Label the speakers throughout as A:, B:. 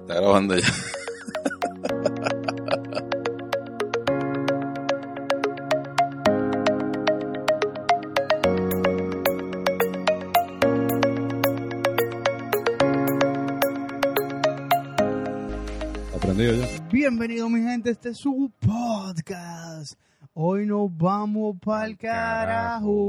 A: Está grabando ya.
B: Aprendido ya.
C: Bienvenido mi gente, este es su podcast. Hoy nos vamos pa'l
B: Pa'l carajo.
C: carajo.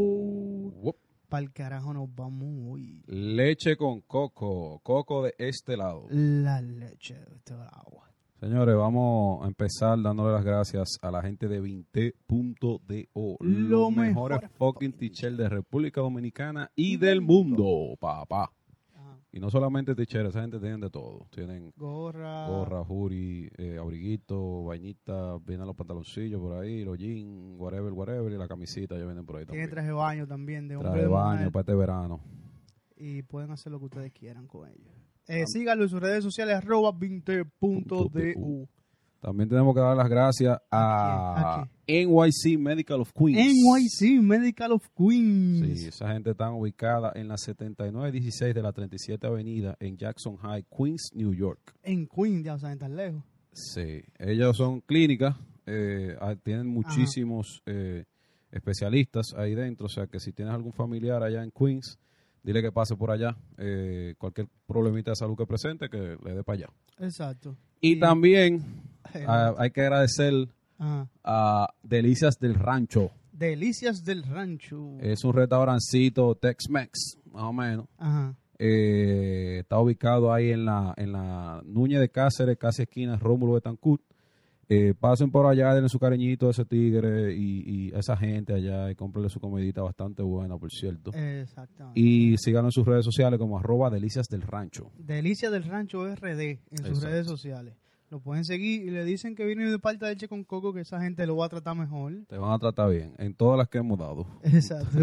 B: Wup.
C: Pa'l carajo nos vamos hoy.
B: Leche con coco, coco de este lado.
C: La leche de este agua.
B: Señores, vamos a empezar dándole las gracias a la gente de 20.do,
C: Lo
B: los mejores
C: mejor
B: fucking teachers de República Dominicana y del mundo, papá.
C: Ajá.
B: Y no solamente teachers, esa gente tienen de todo. Tienen
C: Gorra.
B: gorra, juri, eh, abriguito, vainita, vienen los pantaloncillos por ahí, los jeans, whatever, whatever, y la camisita ya vienen por ahí
C: Tiene
B: también.
C: traje de baño también de hombre
B: Traje
C: y
B: de
C: mujer,
B: baño para este verano.
C: Y pueden hacer lo que ustedes quieran con ellos. Eh, síganlo en sus redes sociales, arroba 20.du.
B: También tenemos que dar las gracias a,
C: ¿A
B: NYC Medical of Queens.
C: NYC Medical of Queens.
B: Sí, esa gente está ubicada en la 7916 de la 37 Avenida en Jackson High, Queens, New York.
C: En Queens, ya no saben tan lejos.
B: Sí, ellos son clínicas, eh, ah, tienen muchísimos eh, especialistas ahí dentro, o sea que si tienes algún familiar allá en Queens, dile que pase por allá, eh, cualquier problemita de salud que presente, que le dé para allá.
C: Exacto.
B: Y
C: Sí.
B: también
C: Eh,
B: ah, hay que agradecer
C: ajá.
B: a Delicias del Rancho.
C: Delicias del rancho.
B: Es un restaurancito Tex-Mex, más o menos.
C: Ajá.
B: Eh, está ubicado ahí en la, en la Núñez de Cáceres, casi esquina Rómulo Betancourt. Eh, pasen por allá, denle su cariñito a ese tigre y, y a esa gente allá y cómprenle su comidita bastante buena, por cierto.
C: Exactamente.
B: Y síganlo en sus redes sociales como arroba delicias del rancho.
C: Delicia del Rancho RD en sus
B: Exacto.
C: redes sociales. Lo pueden seguir y le dicen que viene de parte de Che con Coco, que esa gente lo va a tratar mejor.
B: Te van a tratar bien en todas las que hemos dado.
C: Exacto.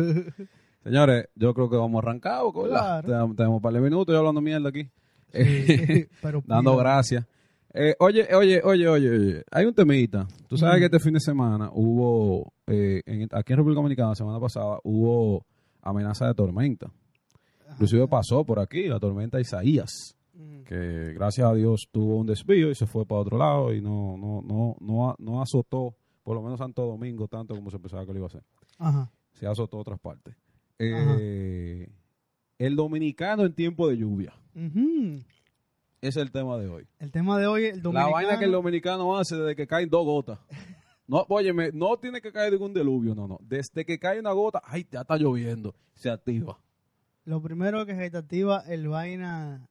B: Señores, yo creo que vamos a arrancar, ¿verdad?
C: Claro.
B: Tenemos- Tenemos un par de minutos yo hablando mierda aquí.
C: Sí, pero
B: Eh, dando
C: pila.
B: gracias. Eh, oye, oye, oye, oye, oye, hay un temita. Tú sabes
C: Ujú.
B: que este fin de semana hubo, eh, en- aquí en República Dominicana, la semana pasada, hubo amenaza de tormenta.
C: Ajá. Mm.
B: Inclusive pasó por aquí la tormenta Isaías,
C: Ujú.
B: que gracias a Dios tuvo un desvío y se fue para otro lado y no, no, no, no, a- no azotó, por lo menos Santo Domingo, tanto como se pensaba que lo iba a hacer.
C: Ajá.
B: Se azotó a otras partes. Eh, el dominicano en tiempo de lluvia.
C: Ujú.
B: Ese es el tema de hoy.
C: El tema de hoy, el dominicano.
B: La vaina que el dominicano hace desde que caen dos gotas. No, óyeme, no tiene que caer ningún diluvio, no, no. Desde que cae una gota, ay, ya está lloviendo, se activa.
C: Lo primero que se te activa el vaina,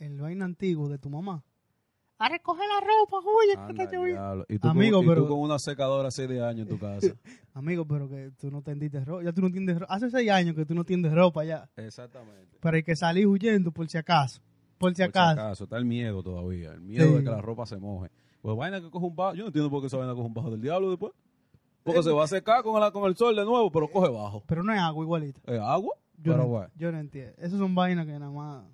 C: el vaina antiguo de tu mamá. A recoger Ah, la ropa, oye, que
B: Anda,
C: está lloviendo.
B: diablo. y tú,
C: Amigo,
B: con, y tú
C: pero-
B: con una secadora así de años en tu casa.
C: Amigo, pero que tú no tendiste ropa. Ya tú no tiendes ropa. Hace seis años que tú no tiendes ropa ya.
B: Exactamente.
C: Pero hay que salir huyendo por si acaso. Por
B: Por
C: si
B: si
C: acaso.
B: acaso, está el miedo todavía, el miedo de
C: Sí.
B: que la ropa se moje. Pues vaina que coge un bajo, yo no entiendo por qué esa vaina coge un bajo del diablo después. Porque se va a secar con, la- con el sol de nuevo, pero coge bajo.
C: Pero no es agua igualita.
B: ¿Es agua?
C: Yo,
B: Pero
C: no,
B: bueno.
C: yo no entiendo. Esas son vainas que nada más.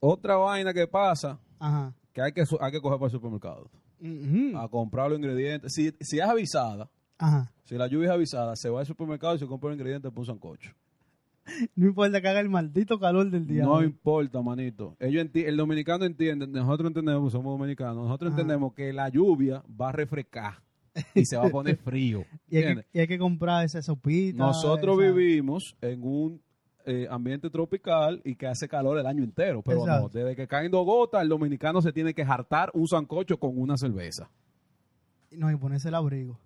B: Otra vaina que pasa,
C: Ajá.
B: que hay que, su- hay que coger para el supermercado.
C: Ujú.
B: a comprar los ingredientes. Si, si es avisada,
C: Ajá.
B: si la lluvia es avisada, se va al supermercado y se compra los ingredientes para un sancocho.
C: No importa que haga el maldito calor del día.
B: No importa, manito. Ellos enti- el dominicano entiende, nosotros entendemos, somos dominicanos, nosotros
C: Ajá.
B: entendemos que la lluvia va a refrescar y se va a poner frío.
C: y, hay que,
B: ¿entiendes?
C: y hay que comprar esa sopita.
B: Nosotros
C: esa-
B: vivimos en un eh, ambiente tropical y que hace calor el año entero, pero no,
C: Exacto.
B: desde que caen dos gotas, el dominicano se tiene que jartar un sancocho con una cerveza
C: No, y ponerse el abrigo.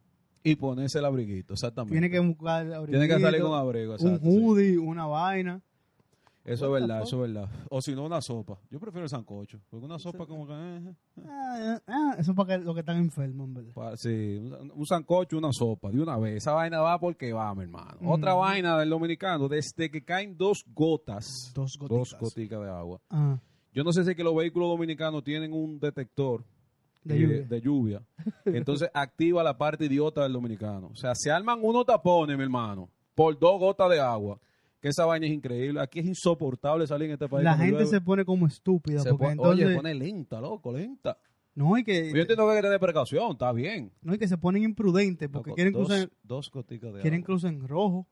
B: y ponerse el abriguito, exactamente.
C: Tiene que buscar el abrigo.
B: Tiene que salir con abrigo,
C: un
B: exacto, sí.
C: hoodie, una vaina.
B: Eso es
C: What the
B: verdad,
C: fuck?
B: eso es verdad. O si no, una sopa. Yo prefiero el sancocho. Porque una sopa como que... eh,
C: Ah, ah, eso es para que- los que están enfermos, en verdad.
B: pa- sí, un un sancocho, una sopa, de una vez. Esa vaina va porque va, mi hermano. Otra
C: Mm.
B: vaina del dominicano, desde que caen dos gotas,
C: Dos gotitas.
B: dos goticas de agua.
C: Ajá.
B: Yo no sé si es que los vehículos dominicanos tienen un detector
C: De
B: eh,
C: lluvia.
B: de lluvia. Entonces activa la parte idiota del dominicano. O sea, se arman unos tapones, mi hermano, por dos gotas de agua. Que esa vaina es increíble. Aquí es insoportable salir en este país.
C: La
B: cuando
C: gente
B: llueve.
C: se pone como estúpida.
B: Se
C: porque
B: pone-
C: entonces.
B: Oye, pone lenta, loco, lenta.
C: No, y que,
B: Yo entiendo que hay que tener precaución, está bien.
C: no, y que se ponen imprudentes porque
B: Loco,
C: quieren
B: dos,
C: cruzar,
B: dos goticas de
C: quieren
B: agua.
C: cruzar en rojo.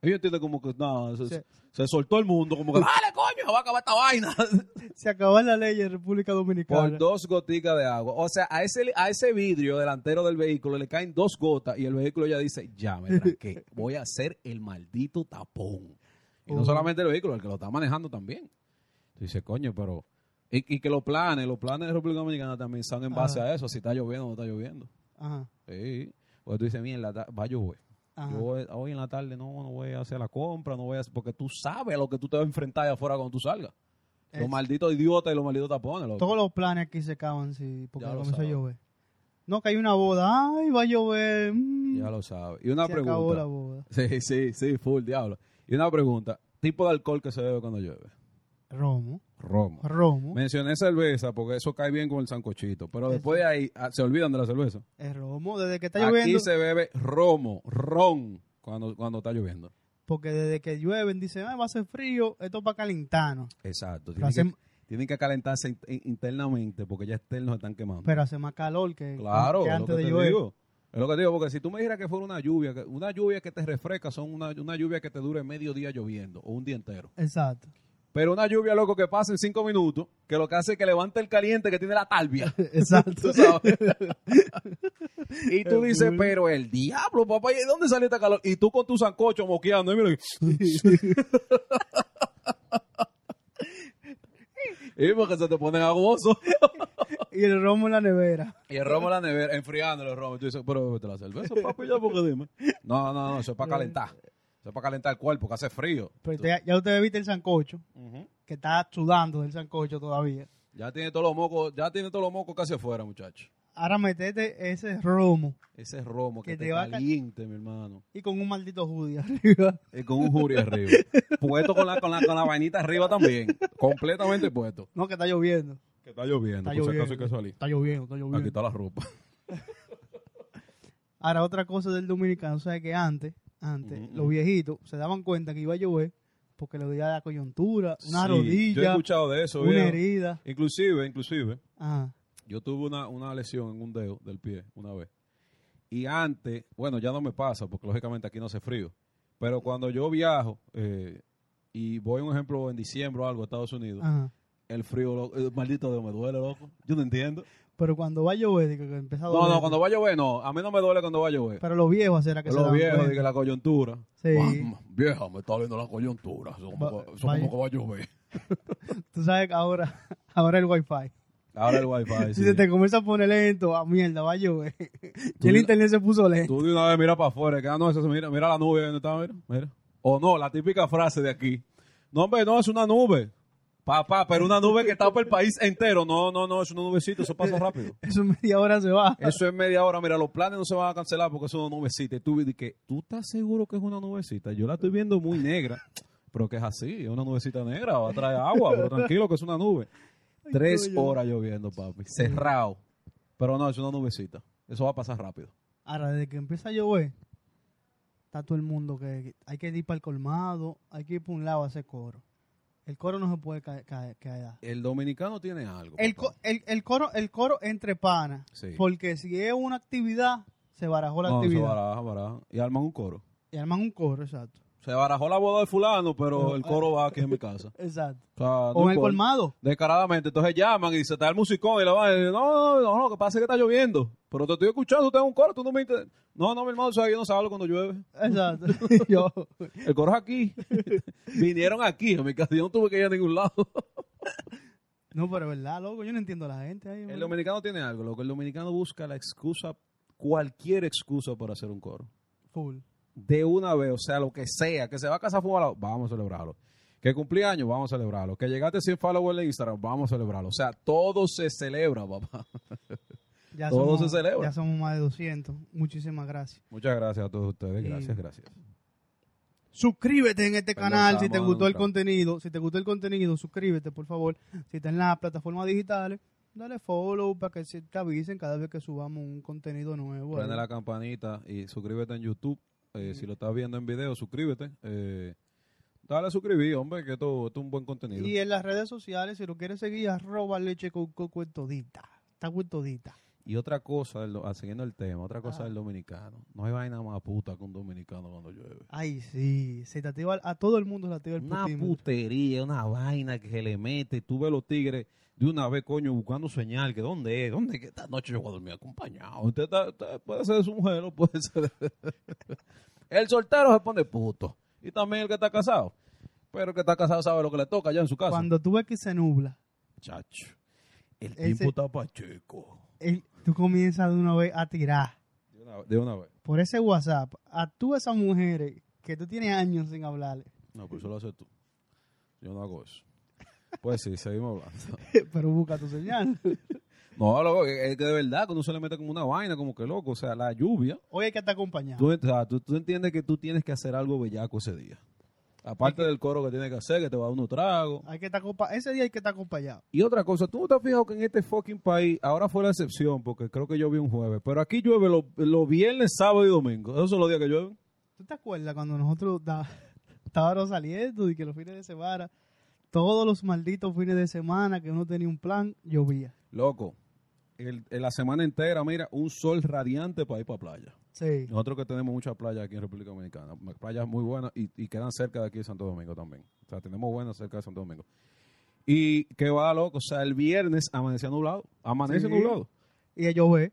B: Ellos entienden como que nada, se,
C: Sí.
B: se soltó el mundo, como que ¡Dale, coño! Se va a acabar esta vaina.
C: Se acabó la ley en República
B: Por
C: Dominicana.
B: dos goticas de agua. O sea, a ese, a ese vidrio delantero del vehículo le caen dos gotas y el vehículo ya dice, ya me tranqué, voy a hacer el maldito tapón. Y no
C: Oh.
B: solamente el vehículo, el que lo está manejando también. Tú dices, coño, pero... Y, y que los planes, los planes de República Dominicana también son en base
C: Ajá.
B: a eso, si está lloviendo o no está lloviendo.
C: Ajá,
B: Sí. Porque tú dices, mira, va a llover.
C: ajá.
B: Yo voy- hoy en la tarde no, no voy a hacer la compra, no voy a hacer, porque tú sabes a lo que tú te vas a enfrentar allá afuera cuando tú salgas. Los
C: Es-
B: malditos idiotas y los malditos tapones. loco.
C: Todos los planes aquí se acaban sí, porque
B: Ya lo
C: comenzó a
B: sabe.
C: llover. No, que hay una boda. Ay, va a llover. mm,
B: Ya lo sabes. Y una
C: se acabó
B: pregunta.
C: la boda.
B: Sí, sí, sí, full diablo. Y una pregunta. Tipo de alcohol que se bebe cuando llueve.
C: Romo.
B: Romo.
C: Romo.
B: Mencioné cerveza porque eso cae bien con el sancochito, pero
C: Eso.
B: después de ahí ah, se olvidan de la cerveza.
C: Es romo. Desde que está
B: Aquí
C: lloviendo.
B: se bebe romo, ron cuando cuando está lloviendo.
C: Porque desde que llueven dicen, ay, va a ser frío. Esto es para calentarnos.
B: Exacto.
C: Pero
B: Tienen,
C: hace,
B: que, tienen que calentarse in- in- internamente porque ya externos están quemando.
C: pero hace más calor que,
B: Claro,
C: que
B: es lo
C: antes
B: que
C: de
B: te
C: llover.
B: digo. Es lo que te digo, porque si tú me dijeras que fuera una lluvia, que- una lluvia que te refresca, son una, una lluvia que te dure medio día lloviendo o un día entero.
C: Exacto.
B: Pero una lluvia, loco, que pasa en cinco minutos, que lo que hace es que levanta el caliente que tiene la talvia.
C: Exacto.
B: Tú sabes. y tú
C: El
B: dices,
C: culo.
B: pero el diablo, papá, ¿y de dónde salió este calor? Y tú con tu sancocho moqueando, y mira. y porque se te ponen aguosos.
C: y el romo en la nevera.
B: Y el romo en la nevera, enfriándolo el romo. Tú dices, pero bebete la cerveza, papi, ya porque dime. No, no, no, eso es para calentar. Eso es para calentar el cuerpo, que hace frío.
C: Eh. Pero usted- ya usted viste el sancocho,
B: Ujú.
C: que está sudando del sancocho todavía.
B: Ya tiene todos los mocos, ya tiene todos los mocos casi afuera, muchacho.
C: Ahora metete ese romo
B: Ese es romo que,
C: Que
B: te,
C: te va a ca-
B: caliente, mi hermano.
C: y con un maldito hoodie arriba.
B: Y con un jury arriba. puesto con la, con, la, con la vainita arriba también. Completamente puesto.
C: No, que está lloviendo.
B: Que está lloviendo,
C: Está
B: por si
C: lloviendo.
B: acaso hay que salir.
C: Está lloviendo, está
B: Aquí
C: lloviendo.
B: está la ropa.
C: Ahora, otra cosa del dominicano, o sea que antes, antes,
B: Ujú,
C: los
B: ujú.
C: viejitos se daban cuenta que iba a llover porque le dolía la coyuntura,
B: Sí, Yo
C: una
B: he
C: rodilla,
B: escuchado de eso,
C: una
B: viejo.
C: herida.
B: Inclusive, inclusive.
C: Ajá.
B: Yo tuve una, una lesión en un dedo del pie una vez. Y antes, bueno, ya no me pasa, porque lógicamente aquí no hace frío. Pero cuando yo viajo eh, y voy, un ejemplo, en diciembre o algo a Estados Unidos,
C: Ajá.
B: el frío, lo- el maldito dedo me duele, loco. Yo no entiendo.
C: Pero cuando va a llover, digo que empieza a
B: No,
C: doler.
B: no, cuando va a llover, no. A mí no me duele cuando va a llover.
C: Pero los viejos será que se
B: Los
C: daban
B: viejos,
C: cuenta.
B: de que la coyuntura.
C: Sí.
B: Ah, vieja, me está viendo la coyuntura. Eso como,
C: Va-
B: que- eso como
C: vaya.
B: que va a llover.
C: Tú sabes que ahora, ahora el wifi.
B: Ahora el wifi.
C: Si
B: sí.
C: se te comienza a poner lento, ah, mierda, va a llover. Y el
B: la-
C: internet se puso lento.
B: Tú de una vez mira para afuera, que ah, no, eso, se mira, mira la nube donde está, mira, mira. O no, la típica frase de aquí. No, hombre, no, es una nube. Papá, pero una nube que tapa el país entero. No, no, no, es una nubecita, eso pasa rápido.
C: Eso en media hora se va.
B: Eso es media hora, mira, los planes no se van a cancelar porque es una nubecita. Y tú di que, ¿tú estás seguro que es una nubecita? Yo la estoy viendo muy negra, pero que es así, es una nubecita negra, va a traer agua, pero tranquilo que es una nube. Tres
C: coño.
B: horas lloviendo, papi, cerrado. Pero no, es una nubecita. Eso va a pasar rápido.
C: Ahora, desde que empieza a llover, está todo el mundo que que hay que ir para el colmado, hay que ir para un lado a hacer coro. El coro no se puede ca- ca- quedar.
B: El dominicano tiene algo.
C: El,
B: papá.
C: co- el, el coro el coro entre panas,
B: Sí.
C: porque si es una actividad, se barajó la
B: No, se
C: actividad.
B: baraja, baraja. Y arman un coro.
C: Y arman un coro, exacto.
B: Se barajó la boda de fulano, pero
C: Pero,
B: el coro va aquí en mi casa.
C: Exacto.
B: O, sea, no
C: ah. O en el
B: importa.
C: colmado.
B: Eh,
C: este
B: Y otra cosa, del do- ah, siguiendo el tema, otra cosa
C: Ah.
B: del dominicano. No hay vaina más puta que un dominicano cuando llueve.
C: Ay, sí. Se te activa- a todo el mundo se le activa el
B: Una
C: putismo.
B: putería, una vaina que se le mete. Tú ves los tigres de una vez, coño, buscando señal. que ¿Dónde es? ¿Dónde es? que Esta noche yo voy a dormir acompañado. Usted está- está- puede ser de su mujer, o puede ser de- El soltero se pone puto. Y también el que está casado. Pero el que está casado sabe lo que le toca allá en su casa.
C: Cuando tú ves que se nubla,
B: Chacho, el
C: Ese-
B: tiempo está pacheco.
C: él- eh, tú comienzas de una vez a tirar.
B: De una, de una vez.
C: Por ese WhatsApp, a tú esas mujeres que tú tienes años sin hablarle.
B: No, pues eso lo haces tú. Yo no hago eso. Pues sí, seguimos hablando.
C: Pero busca tu señal.
B: No, loco, es que de verdad, cuando se le mete como una vaina, como que loco, o sea, la lluvia.
C: Hoy hay que estar acompañado.
B: Tú, o sea, tú- tú entiendes que tú tienes que hacer algo bellaco ese día. Aparte del coro que tienes que hacer, que te va a dar unos tragos.
C: Hay que estar compa- ese día hay que estar acompañado.
B: Y otra cosa, tú no te has fijado que en este fucking país, ahora fue la excepción, porque creo que yo vi un jueves, pero aquí llueve los los viernes, sábado y domingo. Esos son los días que llueven.
C: ¿Tú te acuerdas cuando nosotros da- estábamos saliendo y que los fines de semana, todos los malditos fines de semana que uno tenía un plan, llovía?
B: Loco, el- en la semana entera, mira, un sol radiante para ir para playa.
C: Sí.
B: Nosotros que tenemos muchas playas aquí en República Dominicana, m- playas muy buenas y, y quedan cerca de aquí de Santo Domingo también. O sea, tenemos buenas cerca de Santo Domingo. Y que va, loco, o sea, el viernes amanecía nublado, amanece
C: Sí.
B: nublado.
C: Y a llover.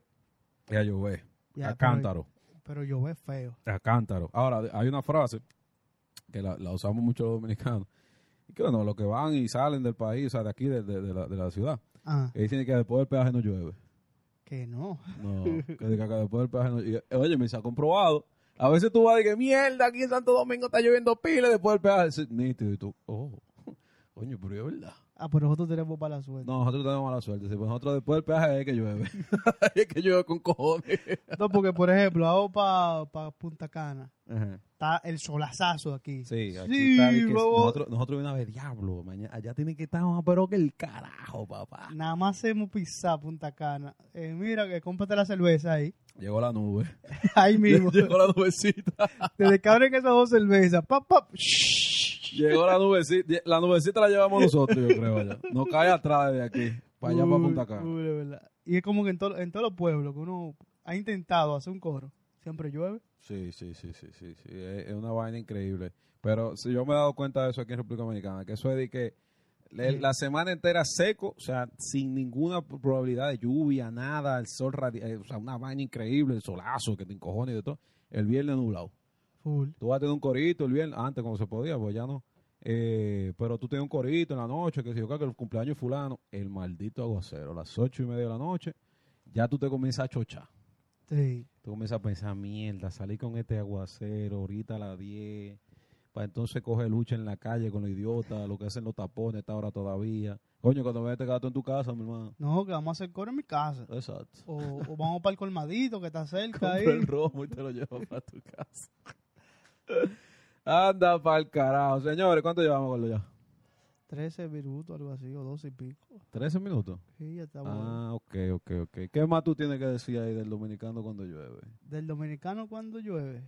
B: Y a llover,
C: Ya,
B: a cántaro,
C: Pero, pero llover feo.
B: a cántaro. Ahora, de- hay una frase que la, la usamos mucho los dominicanos, y que bueno, los que van y salen del país, o sea, de aquí, de, de- de la, de la ciudad,
C: Ah,
B: que dicen que después del peaje no llueve.
C: que no.
B: No, que, que después del peaje no llueve. Oye, me se ha comprobado. A veces tú vas y que mierda, aquí en Santo Domingo está lloviendo pila después del peaje. Sí, Nítido, y tú, oh, coño, pero es verdad.
C: Ah, pero nosotros tenemos para suerte.
B: No, nosotros tenemos mala suerte. sí, pues nosotros después del peaje es que llueve. es que llueve con cojones.
C: No, porque por ejemplo, hago para Punta Cana.
B: Ajá.
C: Está el solazazo aquí.
B: Sí, aquí
C: Sí,
B: está. de que
C: luego-
B: nosotros, nosotros vimos una vez, diablo, mañana, allá tiene que estar más pero que el carajo, papá.
C: Nada más hacemos pisar Punta Cana. Eh, mira, que cómprate la cerveza ahí.
B: Llegó la nube.
C: Ahí mismo.
B: Llegó la nubecita.
C: Desde que abren esas dos cervezas. Pap, pap. shhh.
B: Llegó la nubecita. La nubecita la llevamos nosotros, yo creo. ya. Nos cae atrás de aquí, para allá, para
C: Uy,
B: Punta Cana.
C: uy, de verdad. Y es como que en, todo- en todos los pueblos que uno ha intentado hacer un coro, siempre llueve.
B: Sí, sí, sí, sí, sí, sí. Es, es una vaina increíble. Pero si yo me he dado cuenta de eso aquí en República Dominicana, que eso es de que le-
C: Sí.
B: la semana entera seco, o sea, sin ninguna p- probabilidad de lluvia, nada, el sol, radi- eh, o sea, una vaina increíble, el solazo que te encojona y de todo. El viernes nublado.
C: Full.
B: Tú vas a tener un corito el viernes, antes cuando se podía, pues ya no. Eh, pero tú tienes un corito en la noche, que si yo creo que el cumpleaños de fulano, el maldito aguacero, a las ocho y media de la noche, ya tú te comienzas a chochar.
C: Sí.
B: Tú comienzas a pensar, mierda, salí con este aguacero ahorita a las 10, para entonces coger lucha en la calle con los idiotas, lo que hacen los tapones a esta hora todavía. Coño, cuando veas este gato en tu casa, mi hermano.
C: No, que vamos a hacer coro en mi casa.
B: Exacto.
C: O, o vamos para el colmadito que está cerca
B: Compra
C: ahí.
B: el romo y te lo llevas para tu casa. Anda para el carajo. Señores, ¿cuánto llevamos con lo ya?
C: 13 virutos, algo así, o 12 y pico.
B: 13 minutos.
C: Sí, ya está bueno.
B: Ah, ok, ok, ok. ¿Qué más tú tienes que decir ahí del dominicano cuando llueve?
C: Del dominicano cuando llueve.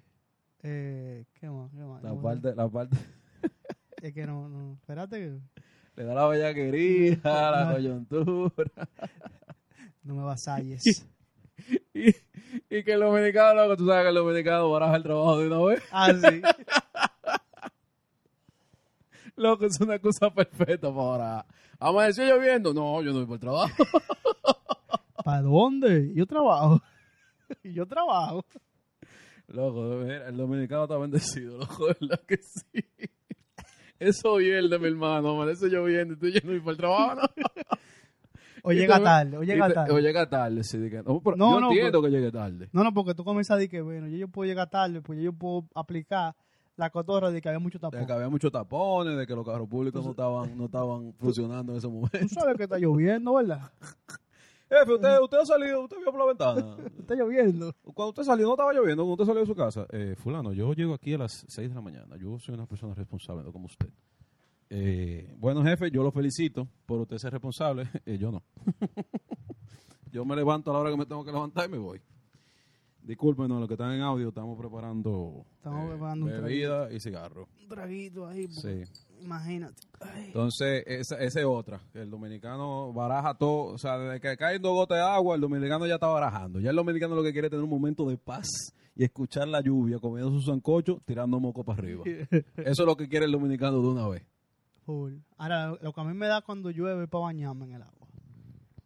C: Eh, ¿Qué más? ¿Qué más?
B: La
C: Yo-
B: parte, la parte,
C: Es que no, no. Espérate que
B: le da la bellaquería, la
C: No.
B: coyuntura.
C: no me vasalles.
B: y, y que el dominicano, loco, tú sabes que el dominicano baraja el trabajo de una vez.
C: ah, sí.
B: Loco, es una cosa perfecta para barajar. ¿Amaneció lloviendo? No, yo no voy por el trabajo.
C: ¿Para dónde? Yo trabajo. Yo trabajo.
B: Loco, mira, el dominicano está bendecido, loco, de verdad que sí. Eso viernes, mi hermano, amanece lloviendo y tú yo no voy por el trabajo, ¿no?
C: O
B: Y te
C: llega
B: ve-
C: tarde, o
B: Y
C: llega
B: te-
C: tarde.
B: O llega tarde, sí. de que- no, pero
C: No,
B: yo
C: no,
B: entiendo que llegue tarde.
C: No, no, porque tú comienzas a decir que, bueno, yo, yo puedo llegar tarde, pues yo, yo puedo aplicar la cotorra de que había mucho
B: De
C: tapón.
B: que había muchos tapones, de que los carros públicos no estaban, no estaban funcionando en ese momento.
C: Tú sabes que está lloviendo, ¿verdad?
B: Jefe, usted, usted ha salido, usted vio por la ventana.
C: Está lloviendo.
B: Cuando usted salió, no estaba lloviendo, cuando usted salió de su casa, eh, fulano, yo llego aquí a las 6 de la mañana, yo soy una persona responsable, no como usted. Eh, bueno, jefe, yo lo felicito por usted ser responsable, eh, yo no. yo me levanto a la hora que me tengo que levantar y me voy. Discúlpenos, los que están en audio, estamos preparando,
C: Estamos
B: eh,
C: preparando un
B: bebida y cigarro.
C: Un traguito ahí,
B: Sí.
C: imagínate. Ay.
B: Entonces, esa, esa es otra. El dominicano baraja todo. O sea, desde que caen dos gotas de agua, el dominicano ya está barajando. Ya el dominicano lo que quiere es tener un momento de paz y escuchar la lluvia, comiendo su sancocho, tirando moco para arriba. Eso es lo que quiere el dominicano de una vez.
C: Full. Ahora, lo- lo que a mí me da cuando llueve es para bañarme en el agua.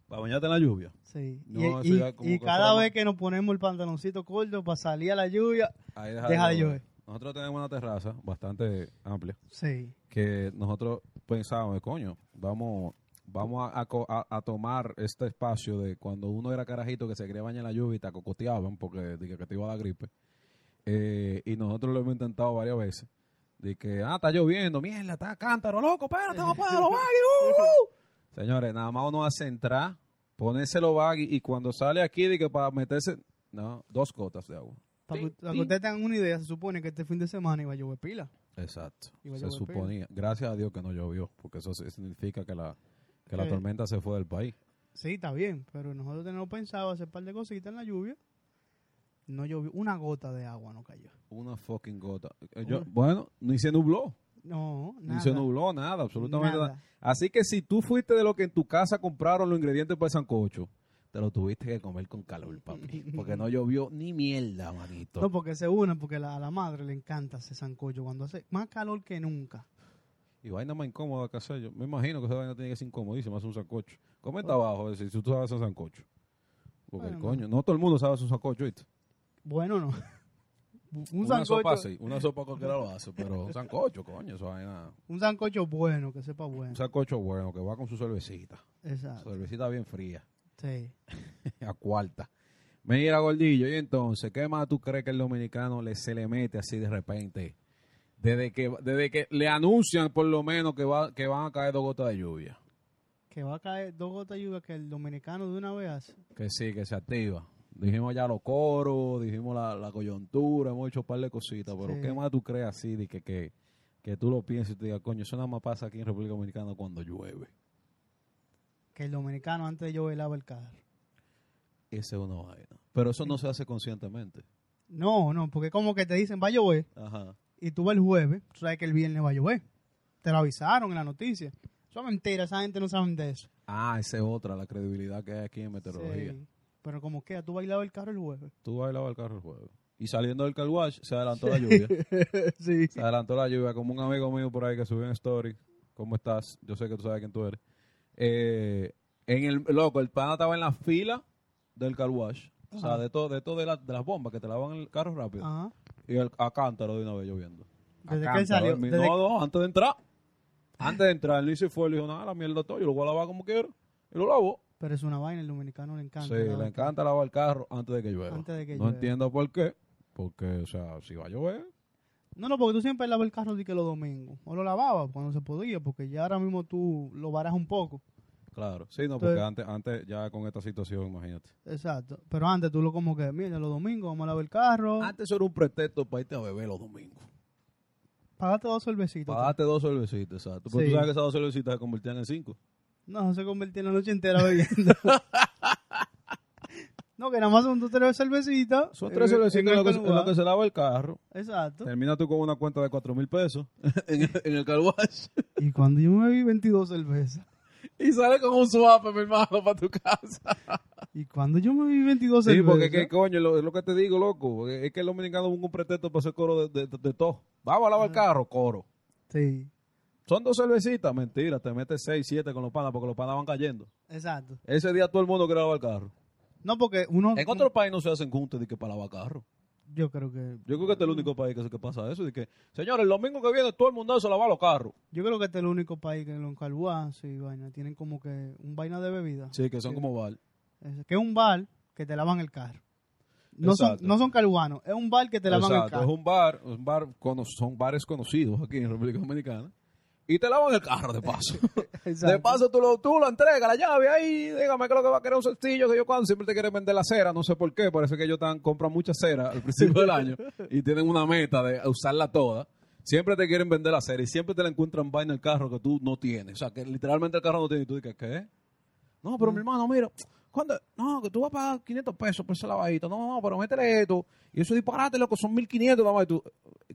B: Para bañarte en la lluvia.
C: Sí.
B: No,
C: Y-
B: eso
C: y
B: ya como
C: y
B: que
C: cada
B: fuera-
C: vez que nos ponemos el pantaloncito corto para salir a la lluvia,
B: Ahí
C: deja de llover.
B: Nosotros tenemos una terraza bastante amplia
C: Sí.
B: que nosotros pensábamos, coño, vamos vamos a, a co- a- a tomar este espacio de cuando uno era carajito que se quería bañar en la lluvia y te acocoteaban porque dije que te iba a dar gripe. Eh, y nosotros lo hemos intentado varias veces. De que, ah, está lloviendo, mierda, está cántaro, loco, espérate, papá, los baggy, uh, uh". Señores, nada más uno hace entrar, ponerse los baggy y cuando sale aquí, de que para meterse, no, dos gotas de agua.
C: Para que,
B: Tin,
C: para que
B: tin.
C: ustedes tengan una idea, se supone que este fin de semana iba a llover pila.
B: Exacto.
C: Iba a
B: Se
C: llover pila.
B: suponía. Gracias a Dios que no llovió, porque eso se- significa que la, que la
C: Que-
B: tormenta se fue del país.
C: Sí, está bien, pero nosotros tenemos pensado hacer un par de cositas en la lluvia. No llovió, una gota de agua no cayó.
B: Una fucking gota. Eh, yo-
C: Hombre.
B: bueno, ni se nubló,
C: No,
B: ni se
C: nada.
B: nubló, nada, absolutamente nada.
C: Nada.
B: Así que si tú fuiste de lo que en tu casa compraron los ingredientes para el sancocho, te lo tuviste que comer con calor, papi. Porque no llovió ni mierda, manito.
C: No, porque se une, porque la- a la madre le encanta ese sancocho cuando hace más calor que nunca.
B: Y vaina más incómoda que hacer. Yo me imagino que esa vaina tiene que ser incomodísima, hacer un sancocho. Comenta abajo a ver si si tú sabes hacer sancocho. Porque el
C: Bueno,
B: coño, no todo el mundo sabe hacer un sancocho, ¿viste?
C: Bueno, no. Un
B: una sopa sí,
C: sancocho,
B: una sopa cualquiera lo hace, pero sancocho, coño, eso vaina.
C: un sancocho bueno, que sepa
B: Un
C: bueno.
B: sancocho bueno que va con su cervecita,
C: Exacto.
B: cervecita bien fría,
C: Sí.
B: a cuarta. Mira, gordillo, y entonces, ¿qué más tú crees que el dominicano le, se le mete así de repente? Desde que, desde que le anuncian por lo menos que, va, que van a caer dos gotas de lluvia.
C: Que va a caer dos gotas de lluvia que el dominicano de una vez hace.
B: Que sí, que se activa. Dijimos ya los coros, dijimos la, la coyuntura, hemos hecho un par de cositas, pero
C: Sí.
B: ¿qué más tú crees así de que, que, que tú lo pienses y te digas, coño, eso nada más pasa aquí en República Dominicana cuando llueve?
C: Que el dominicano antes de llover lava el carro.
B: Esa es una vaina. Pero eso no se hace conscientemente.
C: No, no, porque como que te dicen va a llover
B: Ajá.
C: y tú vas el jueves, tú sabes que el viernes va a llover. Te lo avisaron en la noticia. Eso es mentira, esa gente no sabe de eso.
B: Ah, esa es otra, la credibilidad que hay aquí en meteorología.
C: Sí. Pero como que tú bailabas el carro el jueves.
B: Tú bailabas el carro el jueves. Y saliendo del car wash, se adelantó la lluvia.
C: sí.
B: Se adelantó la lluvia, como un amigo mío por ahí que subió en story. ¿Cómo estás? Yo sé que tú sabes quién tú eres. Eh, en el, loco, el pana estaba en la fila del car wash. O sea,
C: Ajá.
B: de todo, de todo de, la- de las bombas que te lavan el carro rápido.
C: Ajá.
B: Y el, a cántaro de una vez lloviendo. A
C: Desde que
B: cántaro,
C: él salió.
B: él mi-
C: desde-
B: No, no, antes de entrar. Antes de entrar, él hizo y fue, le dijo, nada, la mierda todo, yo lo voy a lavar como quiero. Y lo lavó.
C: Pero es una vaina, el dominicano le encanta.
B: sí,
C: ¿no?
B: le encanta lavar el carro antes de que llueva.
C: Antes de que
B: no
C: llueva.
B: entiendo por qué. Porque, o sea, si va a llover,
C: No, no, porque tú siempre lavas el carro de que los domingos. O lo lavabas cuando se podía, porque ya ahora mismo tú lo varas un poco.
B: claro. Sí, no,
C: Entonces-
B: porque antes, antes ya con esta situación, imagínate.
C: Exacto. Pero antes tú lo como que, mira, los domingos vamos a lavar el carro.
B: Antes eso era un pretexto para irte a beber los domingos.
C: Pagaste dos cervecitos.
B: Para darte dos cervecitas, exacto. Pero
C: Sí.
B: tú sabes que esas dos cervecitas se convertían en cinco.
C: No, se convirtió en la noche entera bebiendo. no, que nada más son dos tres cervecitas.
B: Son tres
C: Eh,
B: cervecitas
C: en
B: en lo que,
C: el
B: se- en lo que
C: lugar.
B: se lava el carro.
C: Exacto.
B: Termina tú con una cuenta de cuatro mil pesos en, el- en el car wash.
C: Y cuando yo me vi 22 cervezas.
B: Y sale con un swap, mi hermano, para tu casa.
C: Y cuando yo me vi 22
B: Sí,
C: cervezas.
B: porque qué coño, lo, es lo que te digo, loco. Es que el dominicano busca un pretexto para hacer coro de, de- de todo. Vamos a lavar el carro, coro.
C: Sí,
B: Son dos cervecitas, mentira. Te metes seis, siete con los panas porque los panas van cayendo.
C: exacto.
B: Ese día todo el mundo quiere lavar el carro.
C: No, porque uno.
B: En otros países no se hacen juntas de que para lavar carro.
C: Yo creo que.
B: Yo creo que este es el único país que, se- que pasa eso. De que, señores, el domingo que viene todo el mundo se lavar los carros.
C: Yo creo que este es el único país que en los carguas y vaina tienen como que un vaina de bebida.
B: Sí, que son como bar.
C: Es- Que es un bar que te lavan el carro. No son,
B: Exacto.
C: no son carguanos, es un bar que te lavan el
B: Exacto, es
C: carro.
B: un bar, un bar cono- son bares conocidos aquí en República Dominicana. Y te lavan el carro de paso. de
C: Exacto.
B: paso tú lo, tú lo entregas, la llave ahí, dígame que lo que va a querer un cestillo que yo cuando siempre te quieren vender la cera, no sé por qué, parece que ellos están, compran mucha cera al principio del año y tienen una meta de usarla toda. Siempre te quieren vender la cera y siempre te la encuentran vaina el carro que tú no tienes. O sea, que literalmente el carro no tiene y tú dices, ¿qué? No, pero mi hermano, mira, ¿cuándo? No, que tú vas a pagar 500 pesos por ese lavadito. No, no, pero métele esto. Y eso disparate, loco, son 1500, mamá. Y tú,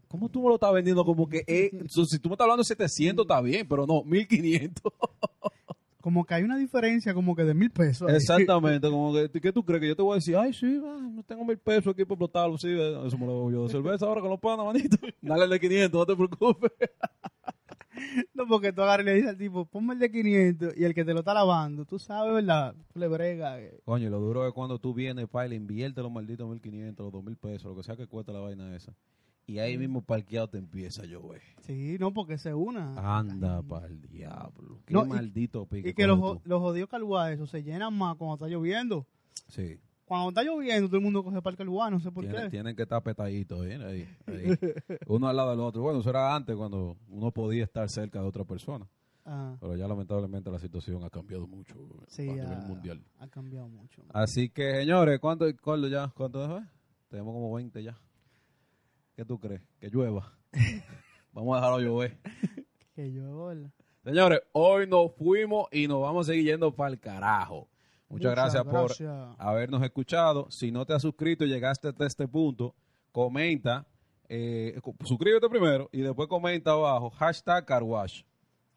B: ¿cómo tú me lo estás vendiendo? Como que, eh, so, si tú me estás hablando de 700, está bien, pero no, 1500.
C: Como que hay una diferencia como que de mil pesos. ahí.
B: Exactamente, como que, ¿qué tú crees? Que yo te voy a decir, ay, sí, va, no tengo mil pesos aquí para explotarlo, sí, va, eso me lo voy yo. Cerveza ahora con los panas, manito. Dale el de 500, no te preocupes.
C: No, porque tú agarras y le dices al tipo, ponme el de 500 y el que te lo está lavando, tú sabes, ¿verdad? Tú le brega. eh.
B: Coño, y lo duro es cuando tú vienes, pa, y le invierte los malditos 1500, los 2000 pesos, lo que sea que cuesta la vaina esa. Y ahí mismo parqueado te empieza a llover.
C: Sí, no, porque se una.
B: Anda pa'l diablo. Qué
C: No, y-
B: maldito pique.
C: Y que los,
B: coges
C: jo- los jodidos calguas, eso, se llenan más cuando está lloviendo.
B: tú. Sí.
C: Cuando está lloviendo, todo el mundo coge para el calguá, no sé por
B: Tienen,
C: qué.
B: tienen que estar petaditos, ¿eh? Ahí, ahí. Uno al lado del otro. Bueno, eso era antes cuando uno podía estar cerca de otra persona.
C: Ah,
B: Pero ya lamentablemente la situación ha cambiado mucho eh,
C: sí,
B: a nivel
C: ha,
B: mundial.
C: ha cambiado mucho.
B: Así que, señores, ¿cuánto, Carlos, ya? ¿Cuánto es? eh? Tenemos como 20 ya. ¿Qué tú crees? Que llueva. vamos a dejarlo llover.
C: Que yo, ¿verdad?
B: Señores, hoy nos fuimos y nos vamos a seguir yendo para el carajo. Muchas, gracias, por
C: gracias.
B: habernos escuchado. Si no te has suscrito y llegaste hasta este punto, comenta. eh, cu- suscríbete primero y después comenta abajo hashtag carwash.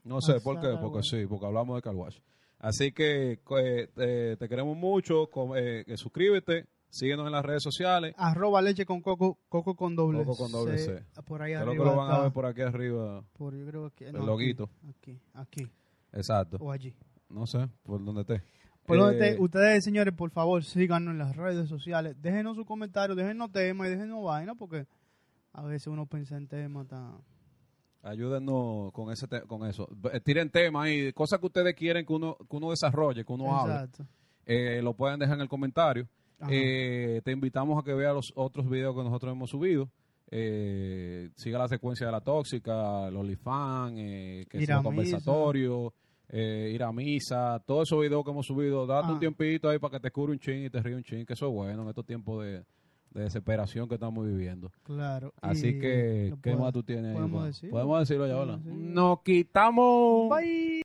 B: No sé por qué,
C: Hashtag
B: porque
C: Carwash.
B: sí, porque hablamos de carwash. Así que co- eh, eh, te queremos mucho. com- eh, que suscríbete, síguenos en las redes sociales.
C: Arroba leche con coco, coco con doble
B: Coco con doble C.
C: Por ahí
B: Creo que
C: arriba.
B: lo van a
C: está.
B: ver por aquí arriba.
C: Por- yo creo que,
B: El
C: no, aquí,
B: loguito.
C: Aquí, aquí,
B: Exacto.
C: o allí.
B: No sé por dónde esté.
C: Por lo que
B: Eh,
C: te- ustedes, señores, por favor, síganos en las redes sociales. Déjenos sus comentarios, déjenos temas y déjenos vaina, porque a veces uno piensa en temas tan.
B: Ayúdennos con ese te- con eso. B- eh, Tiren temas y cosas que ustedes quieren que uno, que uno desarrolle, que uno hable.
C: Exacto.
B: Eh, lo pueden dejar en el comentario.
C: Ajá.
B: Eh, te invitamos a que veas los otros videos que nosotros hemos subido. Eh, siga la secuencia de la tóxica, el OnlyFans, eh, que
C: Ir
B: es
C: a
B: un
C: misa.
B: conversatorio, eh, ir a misa, todos esos videos que hemos subido. Date un
C: Ah.
B: tiempito ahí para que te cure un chin y te ríe un chin, que eso es bueno en estos tiempos de, de desesperación que estamos viviendo.
C: claro.
B: Así
C: y
B: que,
C: lo
B: ¿qué
C: puedo-
B: más tú tienes ahí,
C: podemos
B: Juan?
C: decirlo.
B: Podemos decirlo ya, hola.
C: Podemos decirlo.
B: Nos quitamos.
C: Bye.